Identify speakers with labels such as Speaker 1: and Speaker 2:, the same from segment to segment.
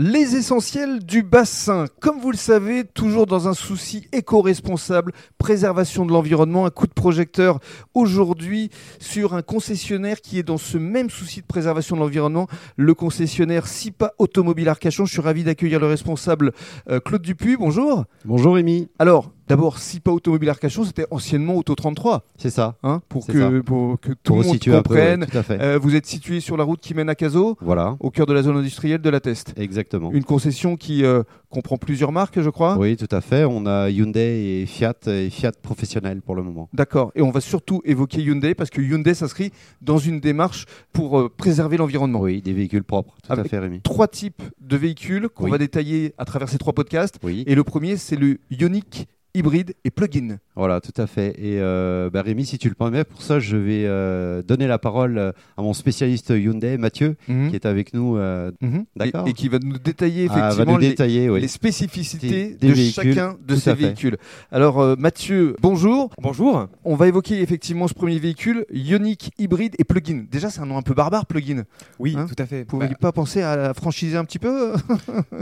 Speaker 1: Les essentiels du bassin. Comme vous le savez, toujours dans un souci éco-responsable, préservation de l'environnement, un coup de projecteur aujourd'hui sur un concessionnaire qui est dans ce même souci de préservation de l'environnement, le concessionnaire SIPA Automobile Arcachon. Je suis ravi d'accueillir le responsable euh, Claude Dupuis. Bonjour.
Speaker 2: Bonjour Rémi.
Speaker 1: Alors, d'abord, SIPA Automobile Arcachon, c'était anciennement Auto 33,
Speaker 2: C'est ça.
Speaker 1: hein, pour,
Speaker 2: C'est
Speaker 1: que, pour que tout le monde
Speaker 2: resituer un peu,
Speaker 1: comprenne.
Speaker 2: ouais, tout à fait.
Speaker 1: Euh, vous êtes situé sur la route qui mène à Cazaux,
Speaker 2: Voilà,
Speaker 1: au cœur de la zone industrielle de la Teste.
Speaker 2: exactement.
Speaker 1: Une concession qui euh, comprend plusieurs marques, je crois.
Speaker 2: Oui, tout à fait. On a Hyundai et Fiat et Fiat professionnel pour le moment.
Speaker 1: D'accord. Et on va surtout évoquer Hyundai parce que Hyundai s'inscrit dans une démarche pour euh, préserver l'environnement.
Speaker 2: Oui, des véhicules propres. Tout
Speaker 1: Avec-
Speaker 2: à fait, Rémi.
Speaker 1: Trois types de véhicules qu'on
Speaker 2: Oui.
Speaker 1: va détailler à travers ces trois podcasts.
Speaker 2: Oui,
Speaker 1: Et le premier, c'est le Ioniq hybride et plug-in.
Speaker 2: voilà, tout à fait. Et euh, bah, Rémi, si tu le permets, pour ça, je vais euh, donner la parole euh, à mon spécialiste Hyundai, Mathieu,
Speaker 1: Mmh.
Speaker 2: qui est avec nous. euh,
Speaker 1: Mhm.
Speaker 2: Mhm. D'accord.
Speaker 1: Et, et qui va nous détailler
Speaker 2: ah, va
Speaker 1: effectivement
Speaker 2: nous
Speaker 1: les-
Speaker 2: détailler.
Speaker 1: les,
Speaker 2: oui.
Speaker 1: spécificités
Speaker 2: Des
Speaker 1: de
Speaker 2: véhicules,
Speaker 1: chacun de
Speaker 2: tout
Speaker 1: ces
Speaker 2: à fait.
Speaker 1: véhicules. Alors euh, Mathieu, bonjour.
Speaker 3: Bonjour.
Speaker 1: On va évoquer effectivement ce premier véhicule, Ioniq hybride et plug-in. Déjà, c'est un nom un peu barbare, plug-in.
Speaker 3: Oui,
Speaker 1: Hein
Speaker 3: tout à fait.
Speaker 1: Vous ne
Speaker 3: Bah,
Speaker 1: pas penser à la franchiser un petit peu euh,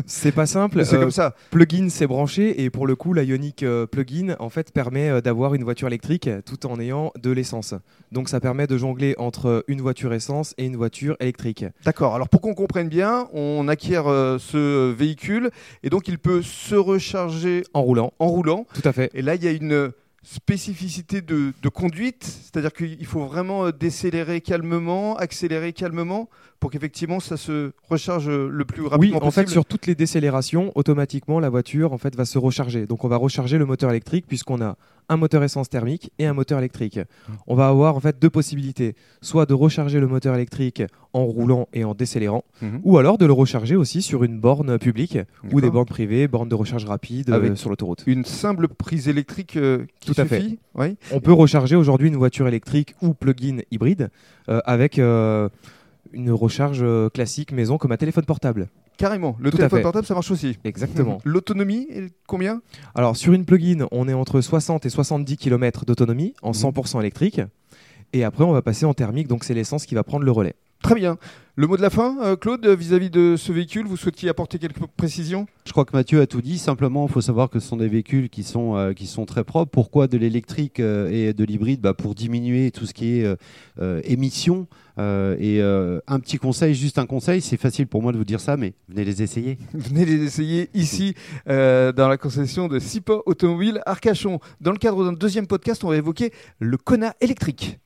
Speaker 3: c'est pas simple.
Speaker 1: C'est
Speaker 3: Euh,
Speaker 1: comme ça.
Speaker 3: plugin, c'est branché et pour le coup, la Ioniq euh, plugin en fait permet euh, d'avoir une voiture électrique euh, tout en ayant de l'essence. Donc ça permet de jongler entre euh, une voiture essence et une voiture électrique.
Speaker 1: D'accord. Alors pour qu'on comprenne bien, on acquiert euh, ce véhicule et donc il peut se recharger
Speaker 3: En roulant,
Speaker 1: en roulant.
Speaker 3: tout à fait.
Speaker 1: Et là, il y a une spécificité de, de conduite, c'est-à-dire qu'il faut vraiment euh, décélérer calmement, accélérer calmement pour qu'effectivement ça se recharge euh, le plus
Speaker 3: Oui,
Speaker 1: rapidement
Speaker 3: en fait,
Speaker 1: possible.
Speaker 3: sur toutes les décélérations, automatiquement la voiture en fait va se recharger. Donc on va recharger le moteur électrique puisqu'on a un moteur essence thermique et un moteur électrique. On va avoir en fait deux possibilités, soit de recharger le moteur électrique en roulant et en décélérant,
Speaker 1: Mhm.
Speaker 3: ou alors de le recharger aussi sur une borne publique ou des
Speaker 1: D'accord.
Speaker 3: bornes privées, bornes de recharge rapide
Speaker 1: Avec-
Speaker 3: euh, sur l'autoroute.
Speaker 1: Une simple prise électrique euh, qui
Speaker 3: Tout à fait.
Speaker 1: suffit. Oui.
Speaker 3: On peut recharger aujourd'hui une voiture électrique ou plug-in hybride euh, avec euh, une recharge euh, classique maison comme un téléphone portable.
Speaker 1: Carrément. Le
Speaker 3: Tout à
Speaker 1: téléphone
Speaker 3: fait.
Speaker 1: portable, ça marche aussi.
Speaker 3: Exactement.
Speaker 1: L'autonomie, elle- combien
Speaker 3: Alors sur une plug-in, on est entre 60 et 70 km d'autonomie en 100% électrique. Et après, on va passer en thermique, donc c'est l'essence qui va prendre le relais.
Speaker 1: Très bien. Le mot de la fin, euh, Claude, euh, vis-à-vis de ce véhicule, vous souhaitiez apporter quelques précisions
Speaker 2: Je crois que Mathieu a tout dit. Simplement, il faut savoir que ce sont des véhicules qui sont, euh, qui sont très propres. Pourquoi de l'électrique euh, et de l'hybride Bah, Pour diminuer tout ce qui est euh, euh, émissions. Euh, et euh, un petit conseil, juste un conseil, c'est facile pour moi de vous dire ça, mais venez les essayer.
Speaker 1: Venez les essayer ici euh, dans la concession de SIPA Automobile Arcachon. Dans le cadre d'un deuxième podcast, on va évoquer le Kona électrique.